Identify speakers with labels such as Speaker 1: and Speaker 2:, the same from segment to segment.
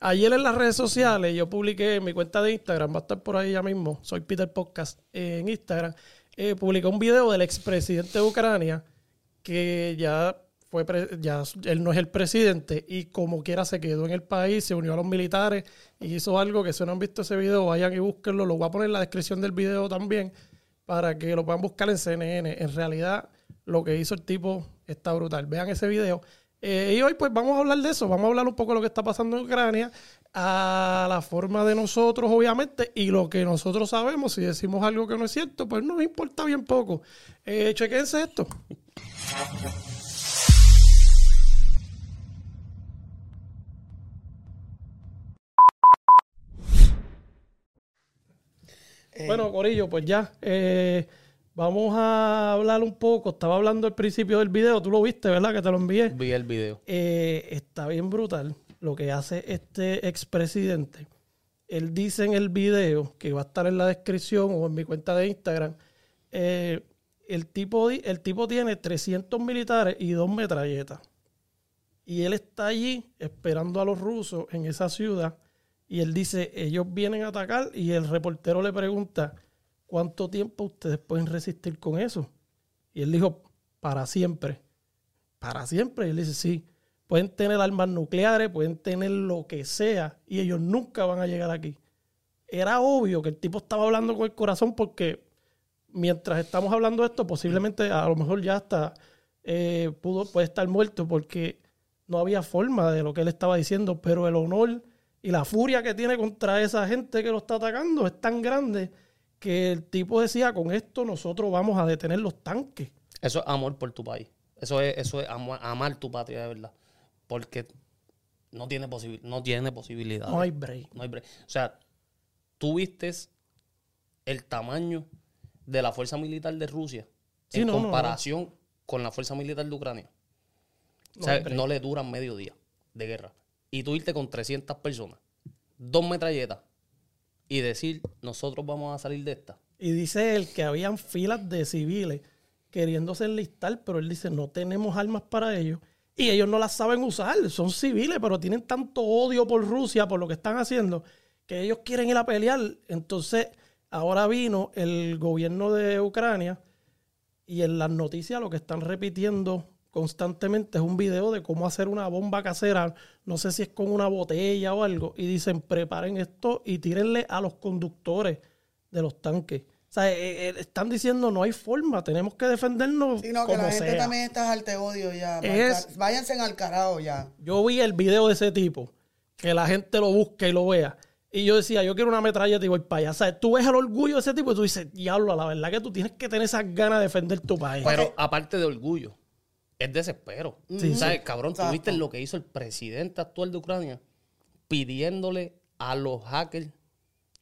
Speaker 1: Ayer en las redes sociales yo publiqué en mi cuenta de Instagram, va a estar por ahí ya mismo, soy Peter Podcast eh, en Instagram, eh, publiqué un video del expresidente de Ucrania que ya fue, pre- ya él no es el presidente y como quiera se quedó en el país, se unió a los militares y hizo algo que si no han visto ese video vayan y búsquenlo, lo voy a poner en la descripción del video también para que lo puedan buscar en CNN. En realidad lo que hizo el tipo está brutal, vean ese video. Eh, y hoy pues vamos a hablar de eso, vamos a hablar un poco de lo que está pasando en Ucrania, a la forma de nosotros obviamente y lo que nosotros sabemos, si decimos algo que no es cierto, pues nos importa bien poco. Eh, chequense esto. Bueno, Corillo, pues ya. eh, vamos a hablar un poco. Estaba hablando al principio del video. Tú lo viste, ¿verdad? Que te lo envié.
Speaker 2: Vi el video.
Speaker 1: Eh, está bien brutal lo que hace este expresidente. Él dice en el video, que va a estar en la descripción o en mi cuenta de Instagram, eh, el, tipo, di- el tipo tiene 300 militares y dos metralletas. Y él está allí esperando a los rusos en esa ciudad. Y él dice, ellos vienen a atacar. Y el reportero le pregunta, ¿cuánto tiempo ustedes pueden resistir con eso? Y él dijo, para siempre. Para siempre. Y él dice, sí. Pueden tener armas nucleares, pueden tener lo que sea. Y ellos nunca van a llegar aquí. Era obvio que el tipo estaba hablando con el corazón porque mientras estamos hablando de esto, posiblemente a lo mejor ya hasta eh, pudo, puede estar muerto porque no había forma de lo que él estaba diciendo, pero el honor y la furia que tiene contra esa gente que lo está atacando es tan grande que el tipo decía, con esto nosotros vamos a detener los tanques.
Speaker 2: Eso es amor por tu país. Eso es, eso es amor- amar tu patria de verdad. Porque no tiene, posibil no tiene posibilidad.
Speaker 1: No hay break.
Speaker 2: No hay break. O sea, tú viste el tamaño de la fuerza militar de Rusia
Speaker 1: Sí,
Speaker 2: en
Speaker 1: no, no, no.
Speaker 2: comparación con la fuerza militar de Ucrania. O
Speaker 1: No
Speaker 2: sea,
Speaker 1: hay break.
Speaker 2: no le duran medio día de guerra. Y tú irte con 300 personas, dos metralletas, y decir, nosotros vamos a salir de esta.
Speaker 1: Y dice él que habían filas de civiles queriéndose enlistar, pero él dice, no tenemos armas para ellos. Y ellos no las saben usar, son civiles, pero tienen tanto odio por Rusia, por lo que están haciendo, que ellos quieren ir a pelear. Entonces, ahora vino el gobierno de Ucrania y en las noticias lo que están repitiendo constantemente es un video de cómo hacer una bomba casera, no sé si es con una botella o algo, y dicen preparen esto y tírenle a los conductores de los tanques. O sea, eh, eh, están diciendo no hay forma, tenemos que defendernos
Speaker 3: Sino que
Speaker 1: como
Speaker 3: la gente
Speaker 1: sea.
Speaker 3: también está alte odio ya.
Speaker 1: Es-
Speaker 3: Marca- Váyanse al carajo ya.
Speaker 1: Yo vi el video de ese tipo, que la gente lo busque y lo vea. Y yo decía, yo quiero una metralleta y voy para allá. O sea, tú ves el orgullo de ese tipo y tú dices, diablo, la verdad que tú tienes que tener esas ganas de defender tu país.
Speaker 2: Pero aparte de orgullo, es desespero.
Speaker 1: Sí,
Speaker 2: ¿Sabes, cabrón?
Speaker 3: Exacto.
Speaker 2: ¿Tuviste lo que hizo el presidente actual de Ucrania? Pidiéndole a los hackers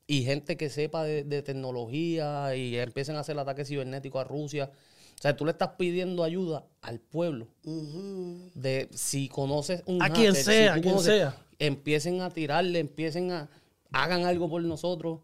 Speaker 2: y gente que sepa de, de tecnología y empiecen a hacer ataques cibernéticos a Rusia. O sea, tú le estás pidiendo ayuda al pueblo. De si conoces un
Speaker 1: A quien
Speaker 2: hacker,
Speaker 1: sea,
Speaker 2: si
Speaker 1: a
Speaker 2: tú
Speaker 1: quien sea.
Speaker 2: Empiecen a tirarle, empiecen a... Hagan algo por nosotros.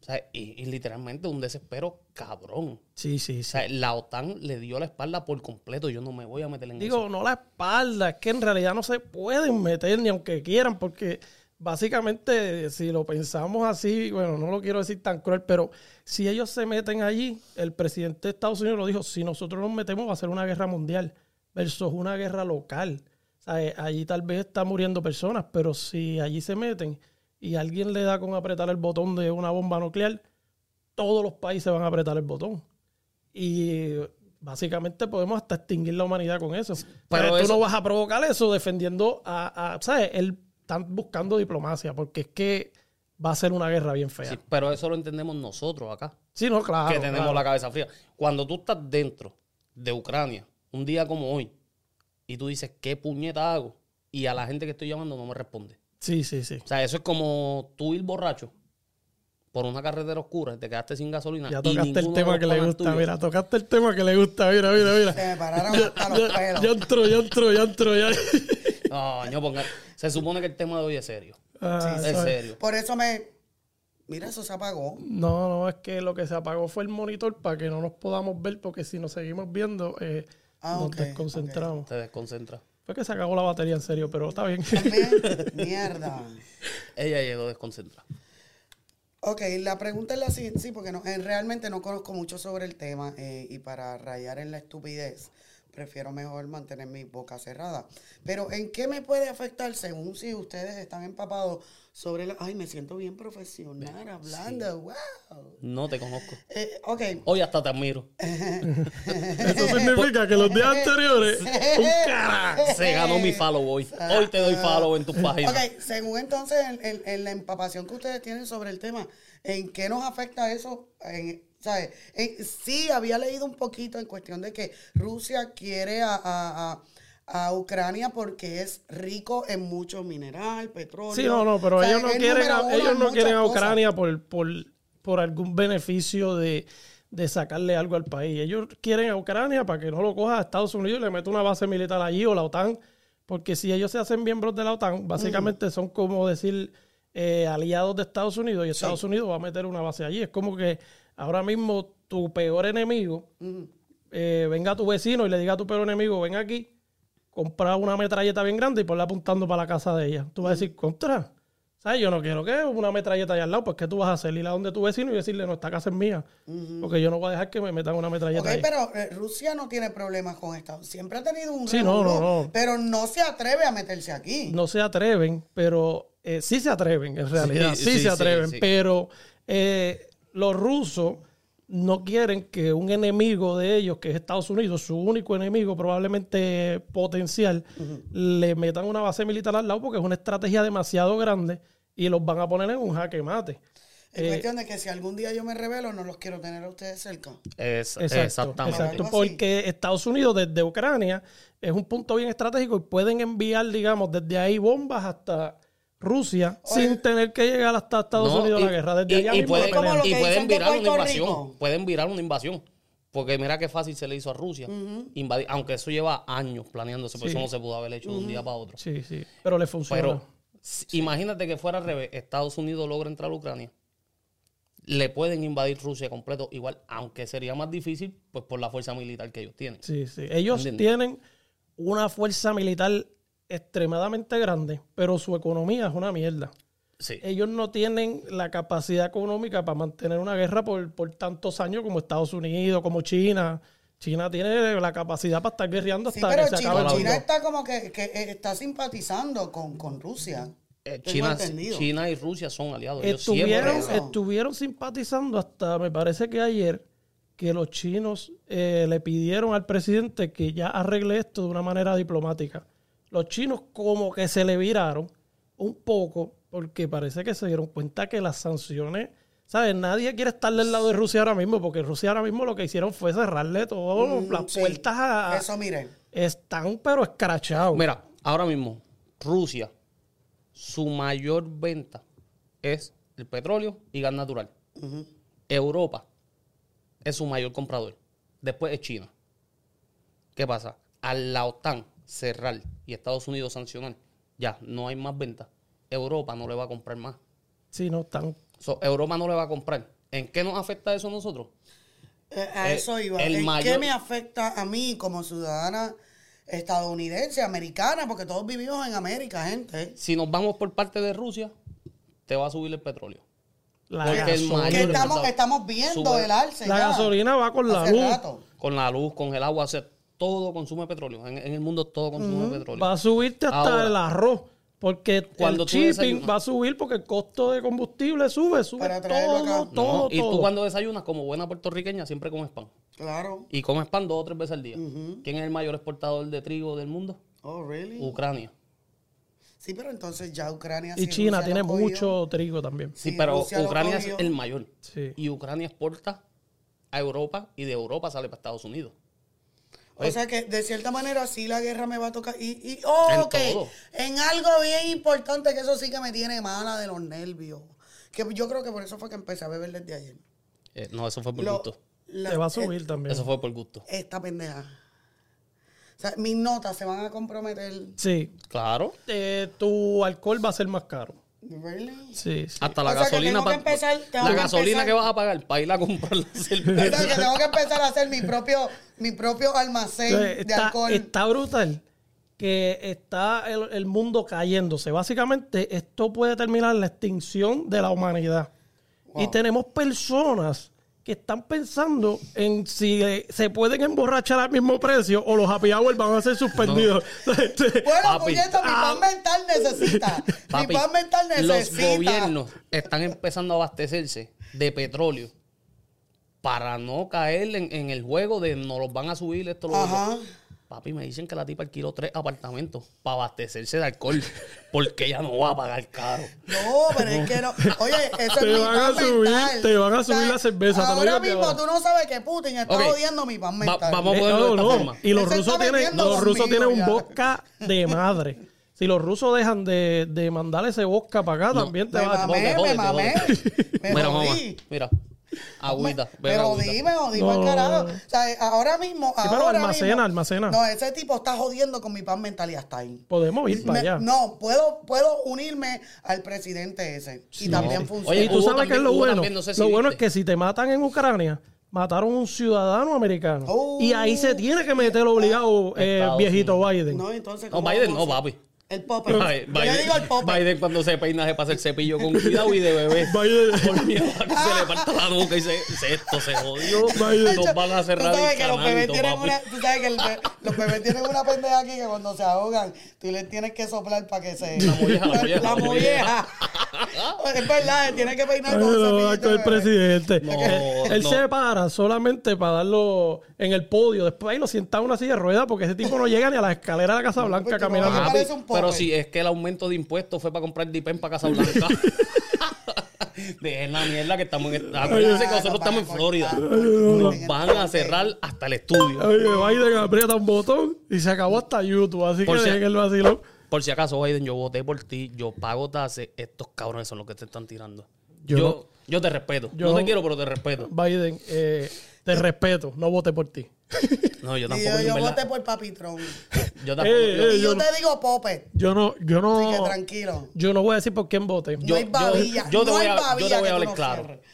Speaker 2: O sea, y, y literalmente un desespero cabrón.
Speaker 1: Sí, sí, sí.
Speaker 2: O sea, la OTAN le dio la espalda por completo. Yo no me voy a meter en eso.
Speaker 1: Digo, no la espalda, es que en realidad no se pueden meter ni aunque quieran, porque básicamente si lo pensamos así, bueno, no lo quiero decir tan cruel, pero si ellos se meten allí, el presidente de Estados Unidos lo dijo, si nosotros nos metemos va a ser una guerra mundial versus una guerra local. O sea, eh, allí tal vez están muriendo personas, pero si allí se meten y alguien le da con apretar el botón de una bomba nuclear, todos los países van a apretar el botón. Y básicamente podemos hasta extinguir la humanidad con eso. Pero, tú
Speaker 2: eso-
Speaker 1: no vas a provocar eso defendiendo a, a- ¿sabes? Él están buscando diplomacia porque es que va a ser una guerra bien fea.
Speaker 2: Sí,
Speaker 1: Sí,
Speaker 2: pero eso lo entendemos nosotros acá,
Speaker 1: no, claro.
Speaker 2: que tenemos
Speaker 1: claro.
Speaker 2: la cabeza fría. Cuando tú estás dentro de Ucrania, un día como hoy, y tú dices, ¿qué puñeta hago? Y a la gente que estoy llamando no me responde.
Speaker 1: Sí, sí, sí.
Speaker 2: O sea, eso es como tú ir borracho por una carretera oscura, y te quedaste sin gasolina.
Speaker 1: Ya
Speaker 2: Ah, y
Speaker 1: tocaste el
Speaker 2: ninguno de
Speaker 1: tema
Speaker 2: los
Speaker 1: que le
Speaker 2: panas
Speaker 1: gusta,
Speaker 2: tuyos-
Speaker 1: mira, tocaste el tema que le gusta, mira, mira, mira.
Speaker 3: Se me pararon hasta los pelos.
Speaker 1: Yo entro, yo entro, yo entro, ya.
Speaker 2: No, no Ah, ponga- Se supone que el tema de hoy es serio.
Speaker 1: Ah,
Speaker 2: es
Speaker 1: ¿sabes?
Speaker 2: serio.
Speaker 3: Por eso me. Mira, eso se apagó.
Speaker 1: No, no, es que lo que se apagó fue el monitor para que no nos podamos ver, porque si nos seguimos viendo, eh,
Speaker 3: Ah,
Speaker 1: nos
Speaker 3: ok,
Speaker 1: desconcentramos.
Speaker 2: Te desconcentra.
Speaker 1: Fue que se acabó la batería en serio, pero está bien.
Speaker 3: También, Mierda.
Speaker 2: Ella llegó desconcentrada.
Speaker 3: Ok, la pregunta es la siguiente, sí, porque no, eh, realmente no conozco mucho sobre el tema eh, y para rayar en la estupidez, prefiero mejor mantener mi boca cerrada. Pero ¿en qué me puede afectar según si ustedes están empapados sobre la... Ay, me siento bien profesional hablando, wow.
Speaker 2: No te conozco.
Speaker 3: Eh, ok,
Speaker 2: Hoy hasta te admiro.
Speaker 1: Eso significa que los días anteriores, un cara.
Speaker 2: Se ganó mi follow hoy. Hoy te doy follow en tus páginas.
Speaker 3: ok, según entonces en, en- en la empapación que ustedes tienen sobre el tema, ¿en qué nos afecta eso? En, ¿sabes? En- sí, había leído un poquito en cuestión de que Rusia quiere a, a- a- a Ucrania porque es rico en mucho mineral, petróleo.
Speaker 1: Sí, no, no, pero
Speaker 3: O sea,
Speaker 1: ellos no
Speaker 3: es
Speaker 1: quieren,
Speaker 3: número
Speaker 1: a,
Speaker 3: uno
Speaker 1: ellos
Speaker 3: en
Speaker 1: no
Speaker 3: muchas
Speaker 1: quieren a
Speaker 3: cosas.
Speaker 1: Ucrania por, por, por algún beneficio de, de sacarle algo al país. Ellos quieren a Ucrania para que no lo coja a Estados Unidos y le meta una base militar allí o la OTAN. Porque si ellos se hacen miembros de la OTAN, básicamente son como decir eh, aliados de Estados Unidos y Estados Unidos va a meter una base allí. Es como que ahora mismo tu peor enemigo
Speaker 3: Mm.
Speaker 1: eh, venga tu vecino y le diga a tu peor enemigo, ven aquí, compra una metralleta bien grande y ponla apuntando para la casa de ella. Tú vas a decir, contra, ¿sabes? Yo no quiero que una metralleta allá al lado, pues ¿qué tú vas a hacer? Ir a donde tu vecino y decirle, no, esta casa es mía, porque yo no voy a dejar que me metan una metralleta
Speaker 3: Ok,
Speaker 1: ahí.
Speaker 3: pero eh, Rusia no tiene problemas con Estados Siempre ha tenido un
Speaker 1: Sí, no, no,
Speaker 3: revolú,
Speaker 1: no.
Speaker 3: pero no se atreve a meterse aquí.
Speaker 1: No se atreven, pero eh, sí se atreven, en realidad,
Speaker 2: Sí,
Speaker 1: sí,
Speaker 2: sí, sí,
Speaker 1: se atreven,
Speaker 2: sí.
Speaker 1: pero eh, los rusos no quieren que un enemigo de ellos, que es Estados Unidos, su único enemigo probablemente potencial, le metan una base militar al lado porque es una estrategia demasiado grande y los van a poner en un jaque mate.
Speaker 3: Es
Speaker 1: Eh,
Speaker 3: cuestión de que si algún día yo me revelo, no los quiero tener a ustedes cerca.
Speaker 2: Es-
Speaker 1: Exacto,
Speaker 2: exactamente.
Speaker 1: exacto,
Speaker 3: Algo así.
Speaker 1: porque Estados Unidos desde Ucrania es un punto bien estratégico y pueden enviar, digamos, desde ahí bombas hasta Rusia sin tener que llegar hasta Estados
Speaker 2: No,
Speaker 1: Unidos
Speaker 2: y-
Speaker 1: a la guerra. Desde
Speaker 2: y-
Speaker 1: allá
Speaker 2: y
Speaker 1: mismo la
Speaker 2: pueden-
Speaker 3: Como lo
Speaker 1: pelean.
Speaker 2: y
Speaker 3: que
Speaker 2: pueden
Speaker 3: dicen de
Speaker 2: virar una
Speaker 3: Puerto
Speaker 2: invasión.
Speaker 3: Rico.
Speaker 2: Pueden virar una invasión. Porque mira qué fácil se le hizo a Rusia. invadir, aunque eso lleva años planeándose, por
Speaker 1: Sí.
Speaker 2: eso no se pudo haber hecho de un día para otro.
Speaker 1: Sí, sí, pero le funciona.
Speaker 2: Pero si- imagínate que fuera al revés, Estados Unidos logra entrar a Ucrania. Le pueden invadir Rusia completo igual, aunque sería más difícil, pues por la fuerza militar que ellos tienen.
Speaker 1: Sí, sí. Ellos
Speaker 2: Entiendo.
Speaker 1: tienen una fuerza militar extremadamente grande, pero su economía es una mierda.
Speaker 2: Sí.
Speaker 1: Ellos no tienen la capacidad económica para mantener una guerra por, por tantos años como Estados Unidos, como China. China tiene la capacidad para estar guerreando
Speaker 3: Sí,
Speaker 1: hasta
Speaker 3: pero
Speaker 1: que se acabe
Speaker 3: China,
Speaker 1: el
Speaker 2: la
Speaker 3: China
Speaker 1: mundo.
Speaker 3: está como que, que, eh, está simpatizando con, con Rusia.
Speaker 2: Eh,
Speaker 3: Tengo
Speaker 2: China,
Speaker 3: entendido.
Speaker 2: China y Rusia son aliados.
Speaker 3: Pues
Speaker 2: Ellos
Speaker 1: Estuvieron,
Speaker 2: siempre-
Speaker 3: por eso.
Speaker 1: estuvieron simpatizando hasta, me parece que ayer, que los chinos eh, le pidieron al presidente que ya arregle esto de una manera diplomática. Los chinos como que se le viraron un poco porque parece que se dieron cuenta que las sanciones, ¿sabes? Nadie quiere estar del lado de Rusia ahora mismo porque Rusia ahora mismo lo que hicieron fue cerrarle todas
Speaker 3: Mm,
Speaker 1: Oh, las
Speaker 3: sí.
Speaker 1: puertas a...
Speaker 3: Eso miren.
Speaker 1: Están pero escrachados.
Speaker 2: Mira, ahora mismo, Rusia, su mayor venta es el petróleo y gas natural. Europa es su mayor comprador. Después es China. ¿Qué pasa? A la OTAN cerrar y Estados Unidos sancionar, ya no hay más venta. Europa no le va a comprar más.
Speaker 1: Sí, no, están...
Speaker 2: So, Europa no le va a comprar. ¿En qué nos afecta eso a nosotros?
Speaker 3: Eh, a
Speaker 2: Eh,
Speaker 3: eso iba.
Speaker 2: el
Speaker 3: ¿En qué
Speaker 2: mayor-
Speaker 3: me afecta a mí como ciudadana estadounidense, americana? Porque todos vivimos en América, gente.
Speaker 2: Si nos vamos por parte de Rusia, te va a subir el petróleo.
Speaker 1: La
Speaker 2: Porque el
Speaker 1: gasolina.
Speaker 2: Ay,
Speaker 3: Que
Speaker 2: mayor- no,
Speaker 3: estamos,
Speaker 2: no.
Speaker 3: estamos viendo
Speaker 2: Sube-
Speaker 3: el alce.
Speaker 1: La
Speaker 3: ya,
Speaker 1: gasolina va con la
Speaker 3: hace
Speaker 1: luz.
Speaker 3: rato.
Speaker 2: con la luz, con el agua, o sea, todo consume petróleo. En, en el mundo todo consume petróleo.
Speaker 1: Va a subirte hasta
Speaker 2: Ahora.
Speaker 1: el arroz. Porque
Speaker 2: Cuando
Speaker 1: el
Speaker 2: tú
Speaker 1: shipping
Speaker 2: desayunas.
Speaker 1: va a subir porque el costo de combustible sube, sube
Speaker 3: Para
Speaker 1: todo,
Speaker 3: traerlo acá.
Speaker 1: todo,
Speaker 3: No,
Speaker 2: No,
Speaker 1: todo.
Speaker 2: y tú cuando desayunas, como buena puertorriqueña, siempre comes pan.
Speaker 3: Claro.
Speaker 2: Y comes pan dos o tres veces al día. ¿Quién es el mayor exportador de trigo del mundo?
Speaker 3: Oh, really?
Speaker 2: Ucrania.
Speaker 3: Sí, pero entonces ya Ucrania.
Speaker 1: Uh. Y
Speaker 3: si
Speaker 1: China
Speaker 3: Rusia
Speaker 1: tiene
Speaker 3: lo cogió,
Speaker 1: mucho trigo también.
Speaker 2: Sí,
Speaker 3: Sí,
Speaker 2: pero
Speaker 3: Rusia lo
Speaker 2: Ucrania es
Speaker 3: cogió.
Speaker 2: el mayor.
Speaker 1: Sí.
Speaker 2: Y Ucrania exporta a Europa y de Europa sale para Estados Unidos.
Speaker 3: O sea que de cierta manera sí la guerra me va a tocar. Y, y oh,
Speaker 2: En
Speaker 3: ok,
Speaker 2: todo.
Speaker 3: en algo bien importante que eso sí que me tiene mala de los nervios. Que yo creo que por eso fue que empecé a beber desde ayer.
Speaker 2: Eh, no, eso fue por
Speaker 3: Lo-
Speaker 2: gusto.
Speaker 3: la- e eh,
Speaker 1: Te va a subir también.
Speaker 2: Eso fue por gusto.
Speaker 3: Esta pendeja. O sea, mis notas se van a comprometer.
Speaker 1: Sí.
Speaker 2: Claro.
Speaker 1: Eh, tu alcohol va a ser más caro.
Speaker 3: Really?
Speaker 1: Sí, sí.
Speaker 2: Hasta la
Speaker 3: O sea, que
Speaker 2: gasolina.
Speaker 3: tengo que
Speaker 2: pa-
Speaker 3: empezar- tengo
Speaker 2: la
Speaker 3: que
Speaker 2: gasolina
Speaker 3: empezar-
Speaker 2: que vas a pagar para ir a comprar la
Speaker 3: O sea, que
Speaker 2: cerveza.
Speaker 3: tengo que empezar a hacer mi propio, mi propio almacén
Speaker 1: Entonces,
Speaker 3: de
Speaker 1: está,
Speaker 3: alcohol.
Speaker 1: está brutal que está el, el mundo cayéndose. Básicamente, esto puede terminar en la extinción de la humanidad. Y
Speaker 3: Wow.
Speaker 1: tenemos personas que están pensando en si eh, se pueden emborrachar al mismo precio o los happy hour van a ser suspendidos.
Speaker 3: Bueno,
Speaker 2: Papi.
Speaker 3: puñeta, mi
Speaker 1: Ah.
Speaker 3: paz mental necesita. mi
Speaker 2: Papi,
Speaker 3: paz mental
Speaker 2: los
Speaker 3: necesita.
Speaker 2: gobiernos están empezando a abastecerse de petróleo para no caer en, en el juego de no los van a subir esto lo otro.
Speaker 3: Ajá.
Speaker 2: Papi, me dicen que la tipa alquiló tres apartamentos para abastecerse de alcohol porque ella no va a pagar caro.
Speaker 3: No, pero es que no. Oye, eso
Speaker 1: Te
Speaker 3: es mi
Speaker 1: van
Speaker 3: paz
Speaker 1: a subir-
Speaker 3: mental.
Speaker 1: te van a
Speaker 3: O sea,
Speaker 1: subir la cerveza, te lo digo
Speaker 3: Ahora
Speaker 1: de
Speaker 3: mismo
Speaker 1: ahora.
Speaker 3: tú no sabes que Putin está
Speaker 2: Ok.
Speaker 3: jodiendo mi paz
Speaker 2: Va-
Speaker 3: mental.
Speaker 2: vamos. No
Speaker 1: Eh,
Speaker 2: podemos de
Speaker 1: no,
Speaker 2: esta
Speaker 1: no.
Speaker 2: forma.
Speaker 1: Y los
Speaker 3: Él se
Speaker 1: rusos
Speaker 3: está
Speaker 1: tienen,
Speaker 3: metiendo
Speaker 1: los rusos
Speaker 3: conmigo
Speaker 1: tienen un
Speaker 3: ya.
Speaker 1: vodka de madre. Si los rusos dejan de, de mandar ese vodka para acá, también te
Speaker 3: Me
Speaker 1: va a...
Speaker 2: jódete, jódete,
Speaker 3: mamé, me mamé. Me
Speaker 2: mira, mamá,
Speaker 3: jodí.
Speaker 2: mira. Agüita,
Speaker 3: Me
Speaker 2: bebe
Speaker 3: jodí,
Speaker 2: agüita.
Speaker 3: me jodí,
Speaker 1: No.
Speaker 3: mal carajo. O sea, eh, ahora mismo.
Speaker 1: pero
Speaker 3: ahora
Speaker 1: almacena,
Speaker 3: mismo-
Speaker 1: almacena.
Speaker 3: No, ese tipo está jodiendo con mi paz mental y hasta ahí.
Speaker 1: Podemos ir para
Speaker 3: Me-
Speaker 1: allá.
Speaker 3: no, puedo, puedo unirme al presidente ese. Y también
Speaker 2: No.
Speaker 3: funciona.
Speaker 2: Oye,
Speaker 1: y tú
Speaker 2: Eh, hubo
Speaker 1: sabes qué es
Speaker 2: también-
Speaker 1: lo
Speaker 2: hubo
Speaker 1: bueno.
Speaker 2: también, no sé si
Speaker 1: lo bueno es
Speaker 2: viste.
Speaker 1: que si te matan en Ucrania, mataron un ciudadano americano.
Speaker 3: Oh.
Speaker 1: Y ahí se tiene que meter obligado eh,
Speaker 2: Estados
Speaker 1: viejito Biden. Eh,
Speaker 3: No, entonces.
Speaker 2: No,
Speaker 3: ¿cómo
Speaker 2: Biden
Speaker 3: vamos
Speaker 2: no,
Speaker 3: a-
Speaker 2: papi.
Speaker 3: El popper.
Speaker 2: Biden,
Speaker 3: Pues, Yo le digo el popper.
Speaker 2: Biden cuando se peina se pasa el cepillo con cuidado y de bebé.
Speaker 1: Biden-
Speaker 2: Por miedo a que se le parta la boca y se, se- esto se jodió.
Speaker 1: Biden-
Speaker 2: Nos van a cerrar
Speaker 3: Tú sabes
Speaker 2: el
Speaker 3: que los bebés
Speaker 2: canalito,
Speaker 3: tienen
Speaker 2: papi.
Speaker 3: una, tú sabes que el be- los bebés tienen una pendeja aquí que cuando se ahogan, tú les tienes que soplar para que se.
Speaker 2: La molleja, la molleja,
Speaker 3: La
Speaker 2: la molleja.
Speaker 3: molleja. es verdad, tiene que peinar
Speaker 1: Ay,
Speaker 3: con eh.
Speaker 1: lo
Speaker 3: cepillito,
Speaker 1: bancó el
Speaker 3: bebé.
Speaker 1: presidente. Eh,
Speaker 2: No,
Speaker 1: él él
Speaker 2: no.
Speaker 1: se para solamente para darlo en el podio. Después ahí lo sienta en una silla de ruedas porque ese tipo no llega ni a las escaleras de la Casa Blanca
Speaker 3: Pues tú no
Speaker 1: caminando.
Speaker 3: vas a-
Speaker 2: Papi,
Speaker 3: parece un popper.
Speaker 2: pero si es que el aumento de impuestos fue para comprar Dipen para Casa Blanca. Dejen la mierda que estamos en. Acuérdense que nosotros estamos en Florida. Nos van a cerrar hasta el estudio.
Speaker 1: Oye, Biden aprieta un botón y se acabó hasta YouTube. Así
Speaker 2: Por
Speaker 1: que
Speaker 2: si-
Speaker 1: dejen el vacilón.
Speaker 2: Por si acaso, Biden, yo voté por ti, yo pago taxes. Estos cabrones son los que te están tirando.
Speaker 1: Yo
Speaker 2: Yo,
Speaker 1: no-
Speaker 2: yo, te respeto.
Speaker 1: yo
Speaker 2: no te
Speaker 1: no-
Speaker 2: quiero, pero te respeto.
Speaker 1: Biden, eh, te respeto, no voté por ti.
Speaker 2: No, yo
Speaker 3: Y
Speaker 2: tampoco.
Speaker 3: yo,
Speaker 2: en
Speaker 3: yo
Speaker 2: verdad.
Speaker 3: voté por Papitrón.
Speaker 2: Yo tampoco.
Speaker 1: Eh,
Speaker 2: yo-
Speaker 1: eh.
Speaker 3: Y
Speaker 1: yo
Speaker 3: yo
Speaker 1: no-
Speaker 3: te digo Pope.
Speaker 1: Yo no, yo
Speaker 3: Así que
Speaker 1: no,
Speaker 3: tranquilo.
Speaker 1: yo no voy a decir por quién voté.
Speaker 3: No
Speaker 2: Yo-
Speaker 3: hay
Speaker 2: yo-
Speaker 3: babilla.
Speaker 2: yo te
Speaker 3: no
Speaker 2: voy
Speaker 3: hay
Speaker 2: a- yo te
Speaker 3: babilla
Speaker 2: voy a
Speaker 3: que tú
Speaker 2: hablar
Speaker 3: no
Speaker 2: claro.
Speaker 3: cierres.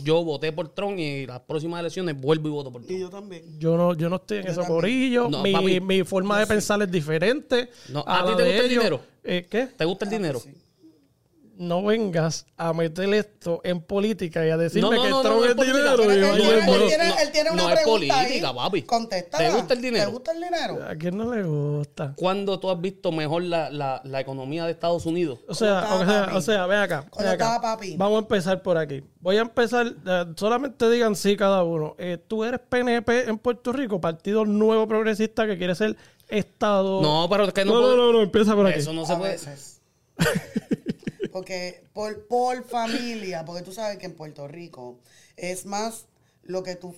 Speaker 2: yo voté por Trump y las próximas elecciones vuelvo y voto por
Speaker 3: Y
Speaker 2: Trump.
Speaker 3: yo también.
Speaker 1: Yo no, yo no estoy en
Speaker 3: Yo
Speaker 1: esos
Speaker 3: también.
Speaker 1: corillos.
Speaker 2: No,
Speaker 1: mi,
Speaker 2: papi.
Speaker 1: mi forma de pensar es diferente.
Speaker 2: No, ¿a ti
Speaker 1: de
Speaker 2: te gusta el
Speaker 1: ellos.
Speaker 2: dinero?
Speaker 1: Eh, ¿Qué?
Speaker 2: ¿Te gusta el dinero?
Speaker 1: No vengas a meter esto en política y a decirme
Speaker 2: No, no,
Speaker 1: que
Speaker 2: no,
Speaker 1: Trump
Speaker 2: no,
Speaker 1: es
Speaker 2: es política,
Speaker 1: dinero. y
Speaker 2: pero es
Speaker 3: Él
Speaker 2: que
Speaker 1: vaya
Speaker 3: tiene,
Speaker 1: el
Speaker 2: no,
Speaker 3: él
Speaker 1: voto.
Speaker 2: no,
Speaker 3: tiene- él tiene
Speaker 2: no
Speaker 3: una
Speaker 2: es
Speaker 3: pregunta
Speaker 2: política,
Speaker 3: ahí.
Speaker 2: papi.
Speaker 3: Contéstala.
Speaker 2: ¿Te gusta el dinero?
Speaker 3: ¿Te gusta el dinero?
Speaker 1: ¿A quién no le gusta?
Speaker 2: ¿Cuándo tú has visto mejor la, la- la economía de Estados Unidos?
Speaker 1: O sea,
Speaker 3: ¿Cómo
Speaker 1: o
Speaker 3: estaba,
Speaker 1: sea,
Speaker 3: papi?
Speaker 1: o sea, ve acá.
Speaker 3: ¿Cómo
Speaker 1: ve acá.
Speaker 3: estaba, papi?
Speaker 1: Vamos a empezar por aquí. Voy a empezar, eh, solamente digan sí cada uno. Eh, Tú eres PNP en Puerto Rico, partido nuevo progresista que quiere ser Estado.
Speaker 2: No, pero es que no
Speaker 1: No, no,
Speaker 2: puede-
Speaker 1: no, no, empieza por aquí.
Speaker 2: Eso no se
Speaker 3: a
Speaker 2: puede.
Speaker 1: pues,
Speaker 3: veces. porque por, por familia, porque tú sabes que en Puerto Rico es más lo que tú...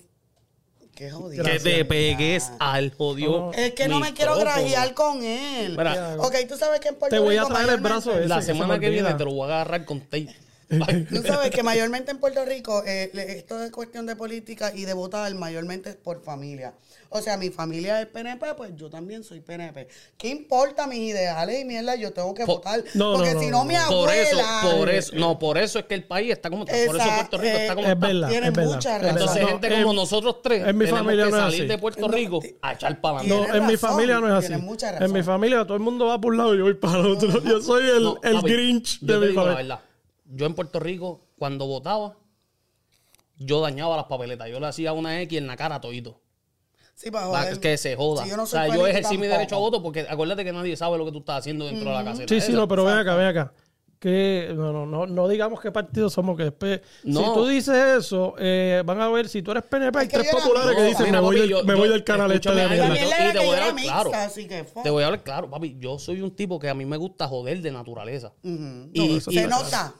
Speaker 3: Qué jodido.
Speaker 2: Que te pegues al jodido.
Speaker 3: Ah. Es que no me quiero
Speaker 2: micrófono.
Speaker 3: grajear con él.
Speaker 2: Mira.
Speaker 3: Ok, tú sabes que en Puerto
Speaker 1: Te voy a
Speaker 3: Rico
Speaker 1: traer el
Speaker 3: mayormente-
Speaker 1: brazo ese.
Speaker 2: La
Speaker 1: que se me
Speaker 2: semana que
Speaker 1: olvida.
Speaker 2: viene te lo voy a agarrar con tape.
Speaker 3: Tú sabes que mayormente en Puerto Rico eh, le- esto es cuestión de política y de votar mayormente es por familia. O sea, mi familia es PNP, pues yo también soy PNP. ¿Qué importa mis ideales y mierda? Yo tengo que
Speaker 2: Por-
Speaker 3: votar.
Speaker 1: No, no,
Speaker 3: porque
Speaker 1: no,
Speaker 3: si
Speaker 1: no,
Speaker 3: no,
Speaker 1: no.
Speaker 3: mi
Speaker 2: Por eso,
Speaker 3: abuela...
Speaker 2: por eso. No, por eso es que el país está como está. Por eso
Speaker 3: Esa-
Speaker 2: Puerto Rico
Speaker 3: eh,
Speaker 2: está como
Speaker 1: Es
Speaker 2: está.
Speaker 1: verdad.
Speaker 3: Tienen
Speaker 1: es verdad,
Speaker 3: mucha
Speaker 1: es
Speaker 3: razón.
Speaker 1: verdad.
Speaker 2: Entonces,
Speaker 1: No, eh,
Speaker 2: gente
Speaker 1: en-
Speaker 2: como nosotros tres,
Speaker 1: en mi
Speaker 2: tenemos
Speaker 1: familia
Speaker 2: que
Speaker 1: no es
Speaker 2: salir
Speaker 1: así.
Speaker 2: de Puerto Rico
Speaker 3: eh,
Speaker 2: a echar para
Speaker 1: No,
Speaker 2: adelante.
Speaker 1: en
Speaker 3: Tienes
Speaker 1: mi
Speaker 3: razón,
Speaker 1: familia no es así.
Speaker 3: tienes mucha razón.
Speaker 1: En mi familia todo el mundo va por un lado y yo voy para el otro. Yo soy el,
Speaker 2: No,
Speaker 1: el
Speaker 2: papi,
Speaker 1: Grinch
Speaker 2: yo
Speaker 1: de
Speaker 2: te
Speaker 1: mi
Speaker 2: digo la
Speaker 1: familia.
Speaker 2: verdad. Yo en Puerto Rico, cuando votaba, yo dañaba las papeletas. Yo le hacía una X en la cara a todito.
Speaker 3: Sí, para
Speaker 2: Pa-
Speaker 3: joder.
Speaker 2: que se joda.
Speaker 3: Si yo no
Speaker 2: o
Speaker 3: soy
Speaker 2: sea, yo
Speaker 3: PNP
Speaker 2: ejercí mi
Speaker 3: tampoco.
Speaker 2: derecho a voto porque acuérdate que nadie sabe lo que tú estás haciendo dentro de la caseta.
Speaker 1: Sí, sí,
Speaker 2: esa.
Speaker 1: no, pero ven acá, ven acá. Que no, no, no, no digamos qué partido somos, que después.
Speaker 2: No.
Speaker 1: Si tú dices eso, eh, van a ver, si tú eres PNP, hay
Speaker 3: Es que
Speaker 1: tres
Speaker 3: yo era
Speaker 1: populares que
Speaker 2: No,
Speaker 1: dicen,
Speaker 2: mira,
Speaker 1: me voy,
Speaker 2: papi,
Speaker 1: del,
Speaker 2: yo-
Speaker 1: me voy
Speaker 2: yo-
Speaker 1: del canal este de
Speaker 2: escúchame,
Speaker 1: mierda.
Speaker 3: Ah, La
Speaker 2: Yo-
Speaker 3: mierda
Speaker 2: y
Speaker 3: era
Speaker 2: te
Speaker 3: que
Speaker 2: voy a
Speaker 3: yo era
Speaker 2: dar
Speaker 3: mixta,
Speaker 2: claro.
Speaker 3: así que... fuck.
Speaker 2: Te voy a hablar claro, papi. Yo soy un tipo que a mí me gusta joder de naturaleza.
Speaker 3: Ujú.
Speaker 2: Y-
Speaker 1: eso
Speaker 2: y-
Speaker 3: Se nota.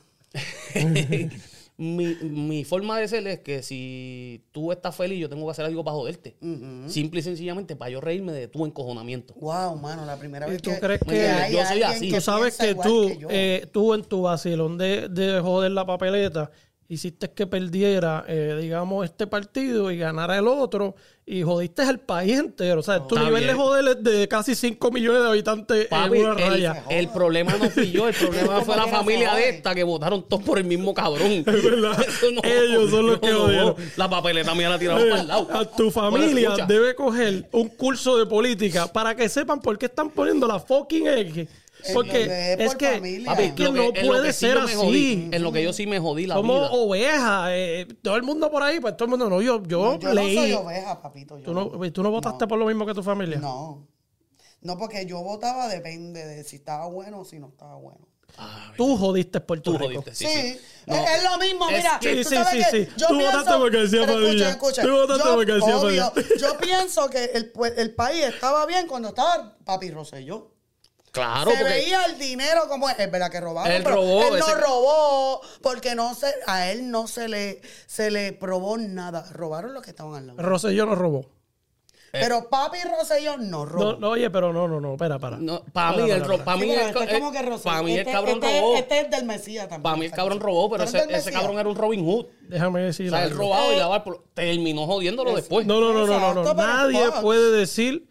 Speaker 2: mi, mi forma de ser es que si tú estás feliz, yo tengo que hacer algo para joderte. Simple y sencillamente para yo reírme de tu encojonamiento.
Speaker 3: Wow, mano, la primera
Speaker 1: ¿Y
Speaker 3: vez
Speaker 1: tú
Speaker 3: que...
Speaker 1: crees que-
Speaker 3: hay
Speaker 2: Yo soy
Speaker 3: alguien
Speaker 2: así.
Speaker 1: Tú sabes
Speaker 3: piensa
Speaker 1: que
Speaker 3: igual
Speaker 1: tú,
Speaker 3: yo.
Speaker 1: eh, tú en tu vacilón de, de joder la papeleta, hiciste que perdiera, eh, digamos, este partido y ganara el otro y jodiste al país entero. O sea, tu
Speaker 2: Está
Speaker 1: nivel
Speaker 2: bien.
Speaker 1: de joder es de casi 5 millones de habitantes
Speaker 2: Papi,
Speaker 1: en una
Speaker 2: el,
Speaker 1: raya.
Speaker 2: el problema no fui yo, el problema
Speaker 3: Como
Speaker 2: fue la
Speaker 3: quiera se
Speaker 2: familia
Speaker 3: jode.
Speaker 2: de esta que votaron todos por el mismo cabrón.
Speaker 1: Es verdad.
Speaker 2: Eso
Speaker 1: Ellos son los que jodieron. Eh,
Speaker 2: La papeleta mía la tiraron para el lado.
Speaker 1: A tu familia
Speaker 2: Escucha,
Speaker 1: debe coger un curso de política para que sepan por qué están poniendo la fucking X. Porque
Speaker 3: Entonces,
Speaker 1: es
Speaker 3: por
Speaker 1: que,
Speaker 3: familia.
Speaker 2: Papi,
Speaker 1: es que
Speaker 2: lo que-
Speaker 1: no
Speaker 2: en lo
Speaker 1: puede
Speaker 2: que sí
Speaker 1: ser
Speaker 2: yo me jodí,
Speaker 1: así.
Speaker 2: En lo que yo sí me jodí la
Speaker 1: Somos
Speaker 2: vida.
Speaker 1: ovejas. eh, todo el mundo por ahí, pues todo el mundo no. Yo, yo,
Speaker 3: Yo
Speaker 1: leí.
Speaker 3: no soy oveja, papito. Yo
Speaker 1: ¿Tú, no, pues, ¿Tú no votaste por lo mismo que tu familia?
Speaker 3: No. No, porque yo votaba depende de si estaba bueno o si no estaba bueno.
Speaker 2: Ay,
Speaker 1: Tú jodiste Puerto
Speaker 2: Ah, tú
Speaker 1: Rico.
Speaker 2: jodiste, sí,
Speaker 3: Sí,
Speaker 2: sí. No.
Speaker 3: Es, es lo mismo,
Speaker 2: Es
Speaker 3: mira.
Speaker 1: que-
Speaker 3: tú
Speaker 1: Sí,
Speaker 3: sabes
Speaker 1: sí,
Speaker 3: que
Speaker 1: sí, sí.
Speaker 3: yo
Speaker 1: Tú
Speaker 3: pienso-
Speaker 1: votaste porque decía
Speaker 3: pero
Speaker 1: Padilla.
Speaker 3: Escucha, escucha.
Speaker 1: Tú votaste
Speaker 3: Yo-
Speaker 1: porque decía
Speaker 3: obvio,
Speaker 1: Padilla.
Speaker 3: Yo pienso que el, pue- el país estaba bien cuando estaba Papi Rosselló.
Speaker 2: Claro,
Speaker 3: se
Speaker 2: porque
Speaker 3: veía el dinero como es, es verdad que robaron,
Speaker 2: Él
Speaker 3: pero
Speaker 2: robó
Speaker 3: él
Speaker 2: ese-
Speaker 3: no robó porque no se a él no se le se le probó nada, robaron los que estaban al lado.
Speaker 1: Rosselló no robó.
Speaker 2: eh,
Speaker 3: Pero Papi Rosselló no robó.
Speaker 1: No, no, oye, pero no, no, no, espera, para.
Speaker 2: para mí
Speaker 1: Espera,
Speaker 2: el
Speaker 1: espera,
Speaker 2: ro- pa'
Speaker 3: Sí,
Speaker 2: mí
Speaker 3: porque
Speaker 2: el
Speaker 3: este
Speaker 2: ca-
Speaker 3: es como que
Speaker 2: el-
Speaker 3: Rosselló-
Speaker 2: pa' mí el
Speaker 3: este-
Speaker 2: cabrón
Speaker 3: este-
Speaker 2: robó.
Speaker 3: Este es del Mesías también.
Speaker 2: Para mí el cabrón robó, pero
Speaker 3: Pero Eh, es
Speaker 2: ese,
Speaker 3: del
Speaker 2: ese
Speaker 3: Mesías.
Speaker 2: cabrón era un Robin Hood.
Speaker 1: Déjame
Speaker 2: O
Speaker 1: decir
Speaker 2: sea, él
Speaker 1: algo.
Speaker 2: robado y daba por... Terminó jodiéndolo después.
Speaker 1: No, no, no, no, no, no.
Speaker 3: Exacto, pero
Speaker 1: Nadie
Speaker 3: fuck.
Speaker 1: puede decir,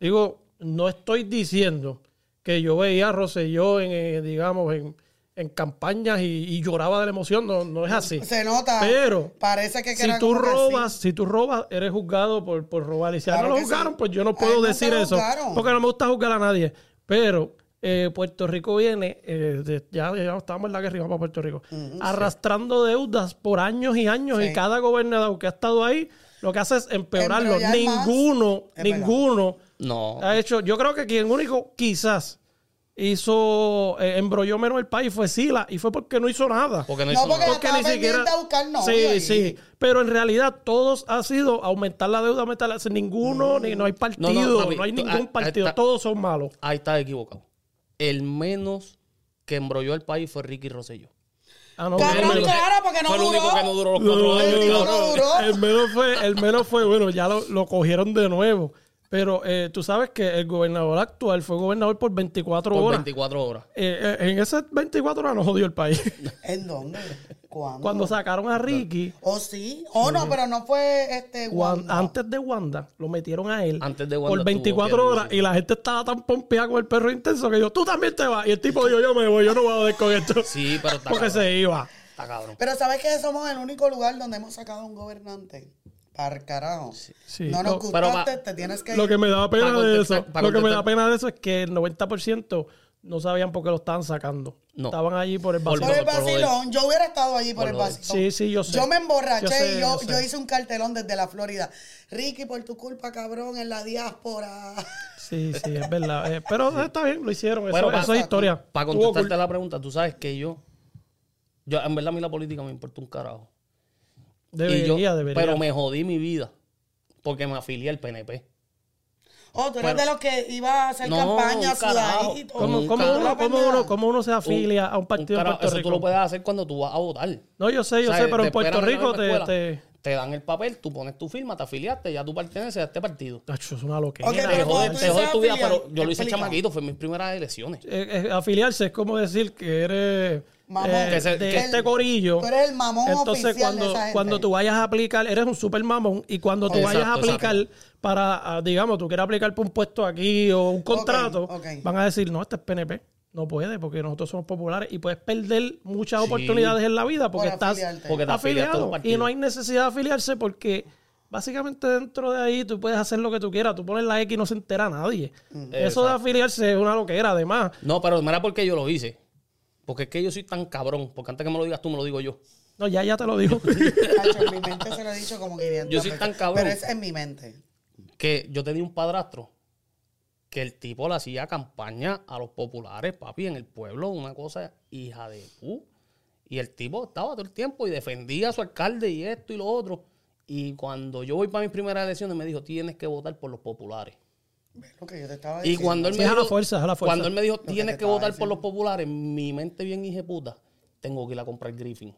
Speaker 1: digo, no estoy diciendo que yo veía a Rosselló en, eh, digamos, en, en campañas y, y lloraba de la emoción, no, no es así.
Speaker 3: Se nota.
Speaker 1: Pero,
Speaker 3: parece que
Speaker 1: Si
Speaker 3: era
Speaker 1: tú
Speaker 3: como que sí.
Speaker 1: robas, si tú robas, eres juzgado por, por robar. Y si
Speaker 3: Claro
Speaker 1: no lo
Speaker 3: que
Speaker 1: juzgaron,
Speaker 3: sí.
Speaker 1: pues yo no
Speaker 3: A
Speaker 1: puedo
Speaker 3: él nunca
Speaker 1: decir
Speaker 3: lo
Speaker 1: eso.
Speaker 3: juzgaron.
Speaker 1: Porque no me gusta juzgar a nadie. Pero eh, Puerto Rico viene, eh, de- ya, ya estábamos en la guerra y vamos a Puerto Rico, arrastrando deudas por años y años. Y
Speaker 3: Sí.
Speaker 1: cada gobernador que ha estado ahí, lo que hace es empeorarlo.
Speaker 3: Embrollar más.
Speaker 1: Ninguno,
Speaker 3: Es verdad.
Speaker 1: ninguno
Speaker 2: No.
Speaker 3: Eh,
Speaker 1: ha hecho. Yo creo que quien único quizás hizo, eh, embrolló menos el país fue Sila y fue porque no hizo nada.
Speaker 2: Porque no,
Speaker 3: No,
Speaker 2: hizo
Speaker 3: porque
Speaker 2: nada.
Speaker 1: Porque
Speaker 3: estaba
Speaker 1: ni siquiera.
Speaker 3: pendiente a buscar novia
Speaker 1: sí,
Speaker 3: ahí.
Speaker 1: sí. Pero en realidad todos ha sido aumentar la deuda, aumentar la... Ninguno, ni, no hay partido, no,
Speaker 2: No, no, papi,
Speaker 1: hay
Speaker 2: tú-
Speaker 1: ningún
Speaker 2: ah,
Speaker 1: partido.
Speaker 2: está-
Speaker 1: Todos son malos.
Speaker 2: Ahí está equivocado. El menos que embrolló al país fue Ricky Rosselló.
Speaker 1: Ah, no,
Speaker 3: Cabrón,
Speaker 1: el menos-
Speaker 3: claro, porque no
Speaker 2: fue el único
Speaker 3: duró.
Speaker 2: que no duró los
Speaker 1: No,
Speaker 2: cuatro
Speaker 1: no,
Speaker 2: años.
Speaker 3: El tipo
Speaker 1: no,
Speaker 3: no
Speaker 1: no.
Speaker 3: duró.
Speaker 1: El menos fue, el menos fue, bueno, ya lo, lo cogieron de nuevo. Pero eh, tú sabes que el gobernador actual fue gobernador por 24
Speaker 2: Por
Speaker 1: horas.
Speaker 2: 24 horas.
Speaker 1: Eh, eh, en esas 24 horas nos jodió el país.
Speaker 3: ¿En dónde? ¿Cuándo?
Speaker 1: Cuando sacaron a Ricky,
Speaker 3: O sí, o no, pero no fue este
Speaker 1: Wan-
Speaker 3: Wanda.
Speaker 1: antes de Wanda, lo metieron a él
Speaker 2: Antes de Wanda
Speaker 1: por
Speaker 2: estuvo
Speaker 1: 24
Speaker 2: Pierluisi.
Speaker 1: horas y la gente estaba tan pompeada con el perro intenso que yo, tú también te vas. Y el tipo dijo, yo me voy, yo no voy a joder con esto.
Speaker 2: Sí, pero está
Speaker 1: Porque
Speaker 2: cabrón.
Speaker 1: se iba.
Speaker 2: Está cabrón.
Speaker 3: Pero sabes que somos el único lugar donde hemos sacado un gobernante. Par carajo.
Speaker 1: Sí.
Speaker 3: No
Speaker 1: Lo-
Speaker 3: nos
Speaker 2: pero
Speaker 3: gustaste,
Speaker 2: va-
Speaker 3: te tienes que
Speaker 1: Lo
Speaker 3: ir.
Speaker 1: que me daba pena
Speaker 2: Para
Speaker 1: de eso,
Speaker 2: contestar- para
Speaker 1: lo que me
Speaker 2: contestar-
Speaker 1: da pena de eso es que el 90% no sabían por qué lo estaban sacando.
Speaker 2: No.
Speaker 1: Estaban allí por el
Speaker 2: Por-
Speaker 1: vacío.
Speaker 3: Por el
Speaker 2: por joder.
Speaker 3: vacilón, yo hubiera estado allí por,
Speaker 2: Por
Speaker 3: el
Speaker 2: joder.
Speaker 1: Sí,
Speaker 3: vacilón.
Speaker 1: sí, yo sé.
Speaker 3: Yo me emborraché
Speaker 1: Yo sé,
Speaker 3: y yo,
Speaker 1: yo sé.
Speaker 3: yo hice un cartelón desde la Florida. Ricky, por tu culpa, cabrón, en la diáspora.
Speaker 1: Sí, sí, es verdad. Eh, pero está bien, lo hicieron. Eso,
Speaker 2: Bueno, pa-
Speaker 1: eso es historia.
Speaker 2: Para
Speaker 1: Estuvo
Speaker 2: contestarte la pregunta, tú sabes que yo... yo En verdad a mí la política me importa un carajo.
Speaker 1: cool. Debería,
Speaker 2: y yo,
Speaker 1: debería.
Speaker 2: Pero me jodí mi vida. Porque me afilié al PNP.
Speaker 3: Oh, tú eres
Speaker 2: Bueno.
Speaker 3: de los que iba a hacer
Speaker 2: No,
Speaker 3: campaña
Speaker 2: un carajo.
Speaker 3: sudadito.
Speaker 1: ¿Cómo,
Speaker 2: Un
Speaker 1: cómo
Speaker 2: carajo.
Speaker 1: uno, cómo uno- cómo uno se afilia a un partido en
Speaker 2: carajo,
Speaker 1: Puerto
Speaker 2: eso
Speaker 1: Rico?
Speaker 2: tú lo puedes hacer cuando tú vas a votar.
Speaker 1: No, yo sé, yo
Speaker 2: O sea,
Speaker 1: sé, pero
Speaker 2: te
Speaker 1: en Puerto
Speaker 2: esperan en la
Speaker 1: Rico te,
Speaker 2: escuela,
Speaker 1: te...
Speaker 2: te dan el papel, tú pones tu firma, te afiliaste, ya tú perteneces a este partido.
Speaker 1: Tacho, es una loquera.
Speaker 3: Ok,
Speaker 2: Te
Speaker 3: Pero
Speaker 2: jode,
Speaker 3: cuando tú
Speaker 2: te jode
Speaker 3: dices
Speaker 2: tu vida,
Speaker 3: afiliar,
Speaker 2: pero yo lo hice
Speaker 3: explica.
Speaker 2: chamaquito, fue mis primeras elecciones.
Speaker 1: Eh, eh, afiliarse es como decir que eres
Speaker 3: Mamón.
Speaker 1: eh,
Speaker 2: Que se-
Speaker 1: de
Speaker 2: que-
Speaker 1: este corillo.
Speaker 3: Tú eres el mamón
Speaker 1: Entonces,
Speaker 3: oficial
Speaker 1: cuando,
Speaker 3: de esa gente.
Speaker 1: cuando tú vayas a aplicar, eres un super mamón. Y cuando tú
Speaker 2: Exacto,
Speaker 1: vayas a aplicar para, ah, digamos, tú quieres aplicar por un puesto aquí o un contrato,
Speaker 3: ok.
Speaker 1: van a decir, no, este es PNP. No puede, porque nosotros somos populares y puedes perder muchas oportunidades en la vida porque
Speaker 3: Por
Speaker 1: estás
Speaker 3: afiliarte.
Speaker 2: Porque te afiliaste a un
Speaker 1: afiliado.
Speaker 2: partido.
Speaker 1: Y no hay necesidad de afiliarse porque básicamente dentro de ahí tú puedes hacer lo que tú quieras. Tú pones la X y no se entera nadie. Eso de afiliarse es una loquera, además.
Speaker 2: No, pero no era porque yo lo hice. Porque es que yo soy tan cabrón. Porque antes que me lo digas tú, me lo digo yo.
Speaker 1: No, ya, ya te lo digo.
Speaker 3: Tacho, en mi mente se lo he dicho como 500
Speaker 2: Yo soy
Speaker 3: veces,
Speaker 2: tan cabrón.
Speaker 3: Pero es en mi mente.
Speaker 2: Que yo tenía un padrastro que el tipo le hacía campaña a los populares, papi, en el pueblo, una cosa hija de pu. Y el tipo estaba todo el tiempo y defendía a su alcalde y esto y lo otro. Y cuando yo voy para mis primeras elecciones, me dijo, tienes que votar por los populares.
Speaker 3: ¿Ves lo que yo te estaba
Speaker 2: Y
Speaker 3: diciendo?
Speaker 2: cuando él, me
Speaker 1: Sí, es a la
Speaker 2: dijo,
Speaker 1: fuerza, es a la fuerza.
Speaker 2: cuando él me dijo,
Speaker 3: que te
Speaker 2: tienes que
Speaker 3: estaba
Speaker 2: votar por
Speaker 3: diciendo.
Speaker 2: los populares, mi mente bien hijeputa, tengo que ir a comprar Griffin.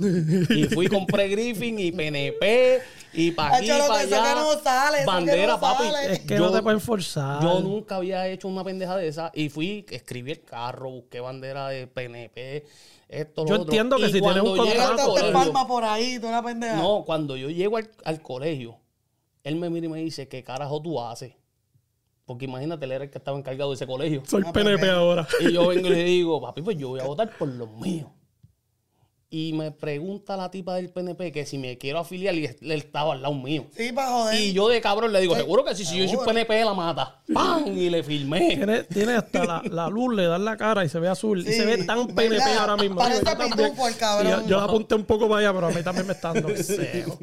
Speaker 2: Y fui, compré Griffin y PNP y pa' aquí,
Speaker 3: Hacho, lo
Speaker 2: pa'
Speaker 3: que eso
Speaker 2: allá.
Speaker 3: que no sale, eso que
Speaker 2: bandera,
Speaker 3: no
Speaker 2: papi.
Speaker 3: sale.
Speaker 1: Es que
Speaker 2: Yo-
Speaker 1: no te pueden forzar.
Speaker 2: Yo nunca había hecho una pendeja de esa y fui, escribí el carro, busqué bandera de PNP, esto, lo
Speaker 1: Yo
Speaker 2: otro.
Speaker 1: entiendo que
Speaker 2: Y
Speaker 1: si tienes un
Speaker 2: cuando llego al
Speaker 3: Llegaste a
Speaker 1: contrato-
Speaker 3: usted
Speaker 2: colegio-
Speaker 3: palma por ahí, tú una
Speaker 1: Ah.
Speaker 3: pendeja.
Speaker 2: No, cuando yo llego al, al colegio, él me mira y me dice, ¿qué carajo tú haces? Porque imagínate, él era el que estaba encargado de ese colegio.
Speaker 1: Soy
Speaker 3: Ah,
Speaker 1: PNP
Speaker 3: pues,
Speaker 1: ahora.
Speaker 2: Y yo vengo y le digo, papi, pues yo voy a votar por los míos. Y me pregunta la tipa del PNP que si me quiero afiliar y él estaba al lado mío.
Speaker 3: Sí, para joder.
Speaker 2: Y yo de cabrón le digo,
Speaker 1: Eh,
Speaker 2: seguro que sí, si yo soy
Speaker 3: Seguro.
Speaker 2: PNP de la mata. ¡Pam! Y le firmé.
Speaker 1: Tiene, tiene hasta la, la luz, le dan la cara y se ve azul.
Speaker 3: Sí,
Speaker 1: y se ve tan
Speaker 3: ¿verdad?
Speaker 1: PNP ahora mismo.
Speaker 3: Parece
Speaker 1: Yo también-
Speaker 3: pitufo el cabrón.
Speaker 1: y Yo, yo la apunté un poco para allá, pero a mí también me está dando deseo.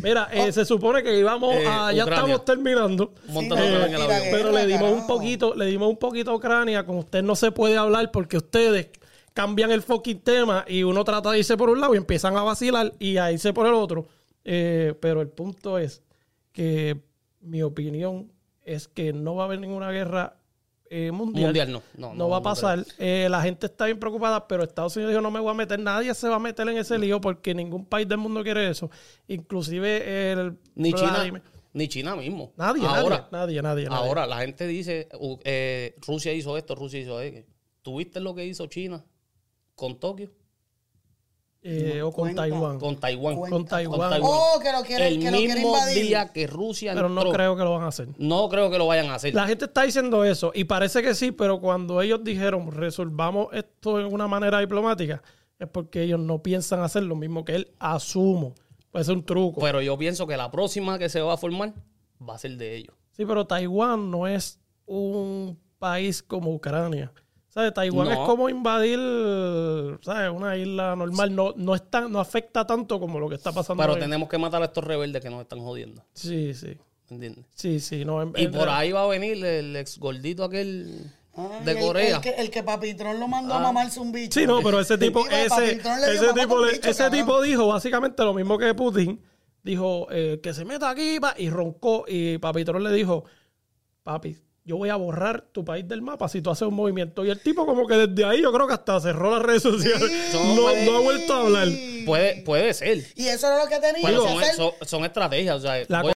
Speaker 1: Mira, eh, se supone que íbamos
Speaker 2: Eh,
Speaker 1: a... Ya
Speaker 2: Ucrania.
Speaker 1: estamos terminando.
Speaker 2: Montando
Speaker 1: no,
Speaker 2: en el
Speaker 3: tira
Speaker 2: avión.
Speaker 3: que-
Speaker 1: Pero le dimos un
Speaker 3: carajo.
Speaker 1: poquito, le dimos un poquito a Ucrania, con usted no se puede hablar porque ustedes cambian el fucking tema y uno trata de irse por un lado y empiezan a vacilar y a irse por el otro. Eh, pero el punto es que mi opinión es que no va a haber ninguna guerra eh, mundial.
Speaker 2: Mundial no. No, no,
Speaker 1: va a
Speaker 2: no
Speaker 1: pasar. Eh, la gente está bien preocupada, pero Estados Unidos dijo no me voy a meter, nadie se va a meter en ese lío porque ningún país del mundo quiere eso. Inclusive el...
Speaker 2: Ni China,
Speaker 1: Vladimir-
Speaker 2: ni China mismo.
Speaker 1: Nadie,
Speaker 2: Ahora,
Speaker 1: nadie, nadie, nadie, nadie.
Speaker 2: Ahora la gente dice, u- eh, Rusia hizo esto, Rusia hizo aquello. ¿Tuviste lo que hizo China con Tokio?
Speaker 1: Eh, o con
Speaker 3: cuenta.
Speaker 1: Taiwán.
Speaker 2: Con Taiwán.
Speaker 3: Con
Speaker 1: Taiwán.
Speaker 3: Oh, que lo quiere,
Speaker 2: El
Speaker 3: que lo quiere
Speaker 2: mismo
Speaker 3: invadir.
Speaker 2: día que Rusia
Speaker 1: pero no
Speaker 2: entró.
Speaker 1: creo que lo van a hacer.
Speaker 2: No creo que lo vayan a hacer.
Speaker 1: La gente está diciendo eso y parece que sí, pero cuando ellos dijeron resolvamos esto de una manera diplomática, es porque ellos no piensan hacer lo mismo que él. Asumo. Puede ser un truco.
Speaker 2: Pero yo pienso que la próxima que se va a formar va a ser de ellos.
Speaker 1: sí, pero Taiwán no es un país como Ucrania. ¿Sabes? Taiwán
Speaker 2: No.
Speaker 1: es como invadir ¿sabes? una isla normal. No, no, es tan- no afecta tanto como lo que está pasando.
Speaker 2: Pero
Speaker 1: hoy.
Speaker 2: tenemos que matar a estos rebeldes que nos están jodiendo.
Speaker 1: Sí, sí.
Speaker 2: ¿Entiendes?
Speaker 1: Sí, sí. No, en-
Speaker 2: Y
Speaker 1: en-
Speaker 2: por ahí va a venir el ex gordito aquel
Speaker 3: Ay,
Speaker 2: de
Speaker 3: el-
Speaker 2: Corea. Ah.
Speaker 3: El, que, el que Papitrón lo mandó a mamarse un bicho.
Speaker 1: Sí, no, pero ese
Speaker 3: El
Speaker 1: tipo,
Speaker 3: de
Speaker 1: ese,
Speaker 3: Papitrón le dio
Speaker 1: ese
Speaker 3: mamá
Speaker 1: tipo,
Speaker 3: con
Speaker 1: le-
Speaker 3: bicho,
Speaker 1: ese
Speaker 3: cabrón.
Speaker 1: tipo dijo básicamente lo mismo que Putin. Dijo eh, que se meta aquí pa, y roncó. Y Papitrón le dijo, papi, yo voy a borrar tu país del mapa si tú haces un movimiento. Y el tipo como que desde ahí yo creo que hasta cerró las redes sociales.
Speaker 3: Sí.
Speaker 1: No, no ha vuelto a hablar.
Speaker 2: puede, puede ser.
Speaker 3: Y eso era lo que tenía.
Speaker 2: Pero
Speaker 3: que
Speaker 2: son,
Speaker 3: hacer.
Speaker 2: son- son estrategias. O sea,
Speaker 1: La
Speaker 2: voy-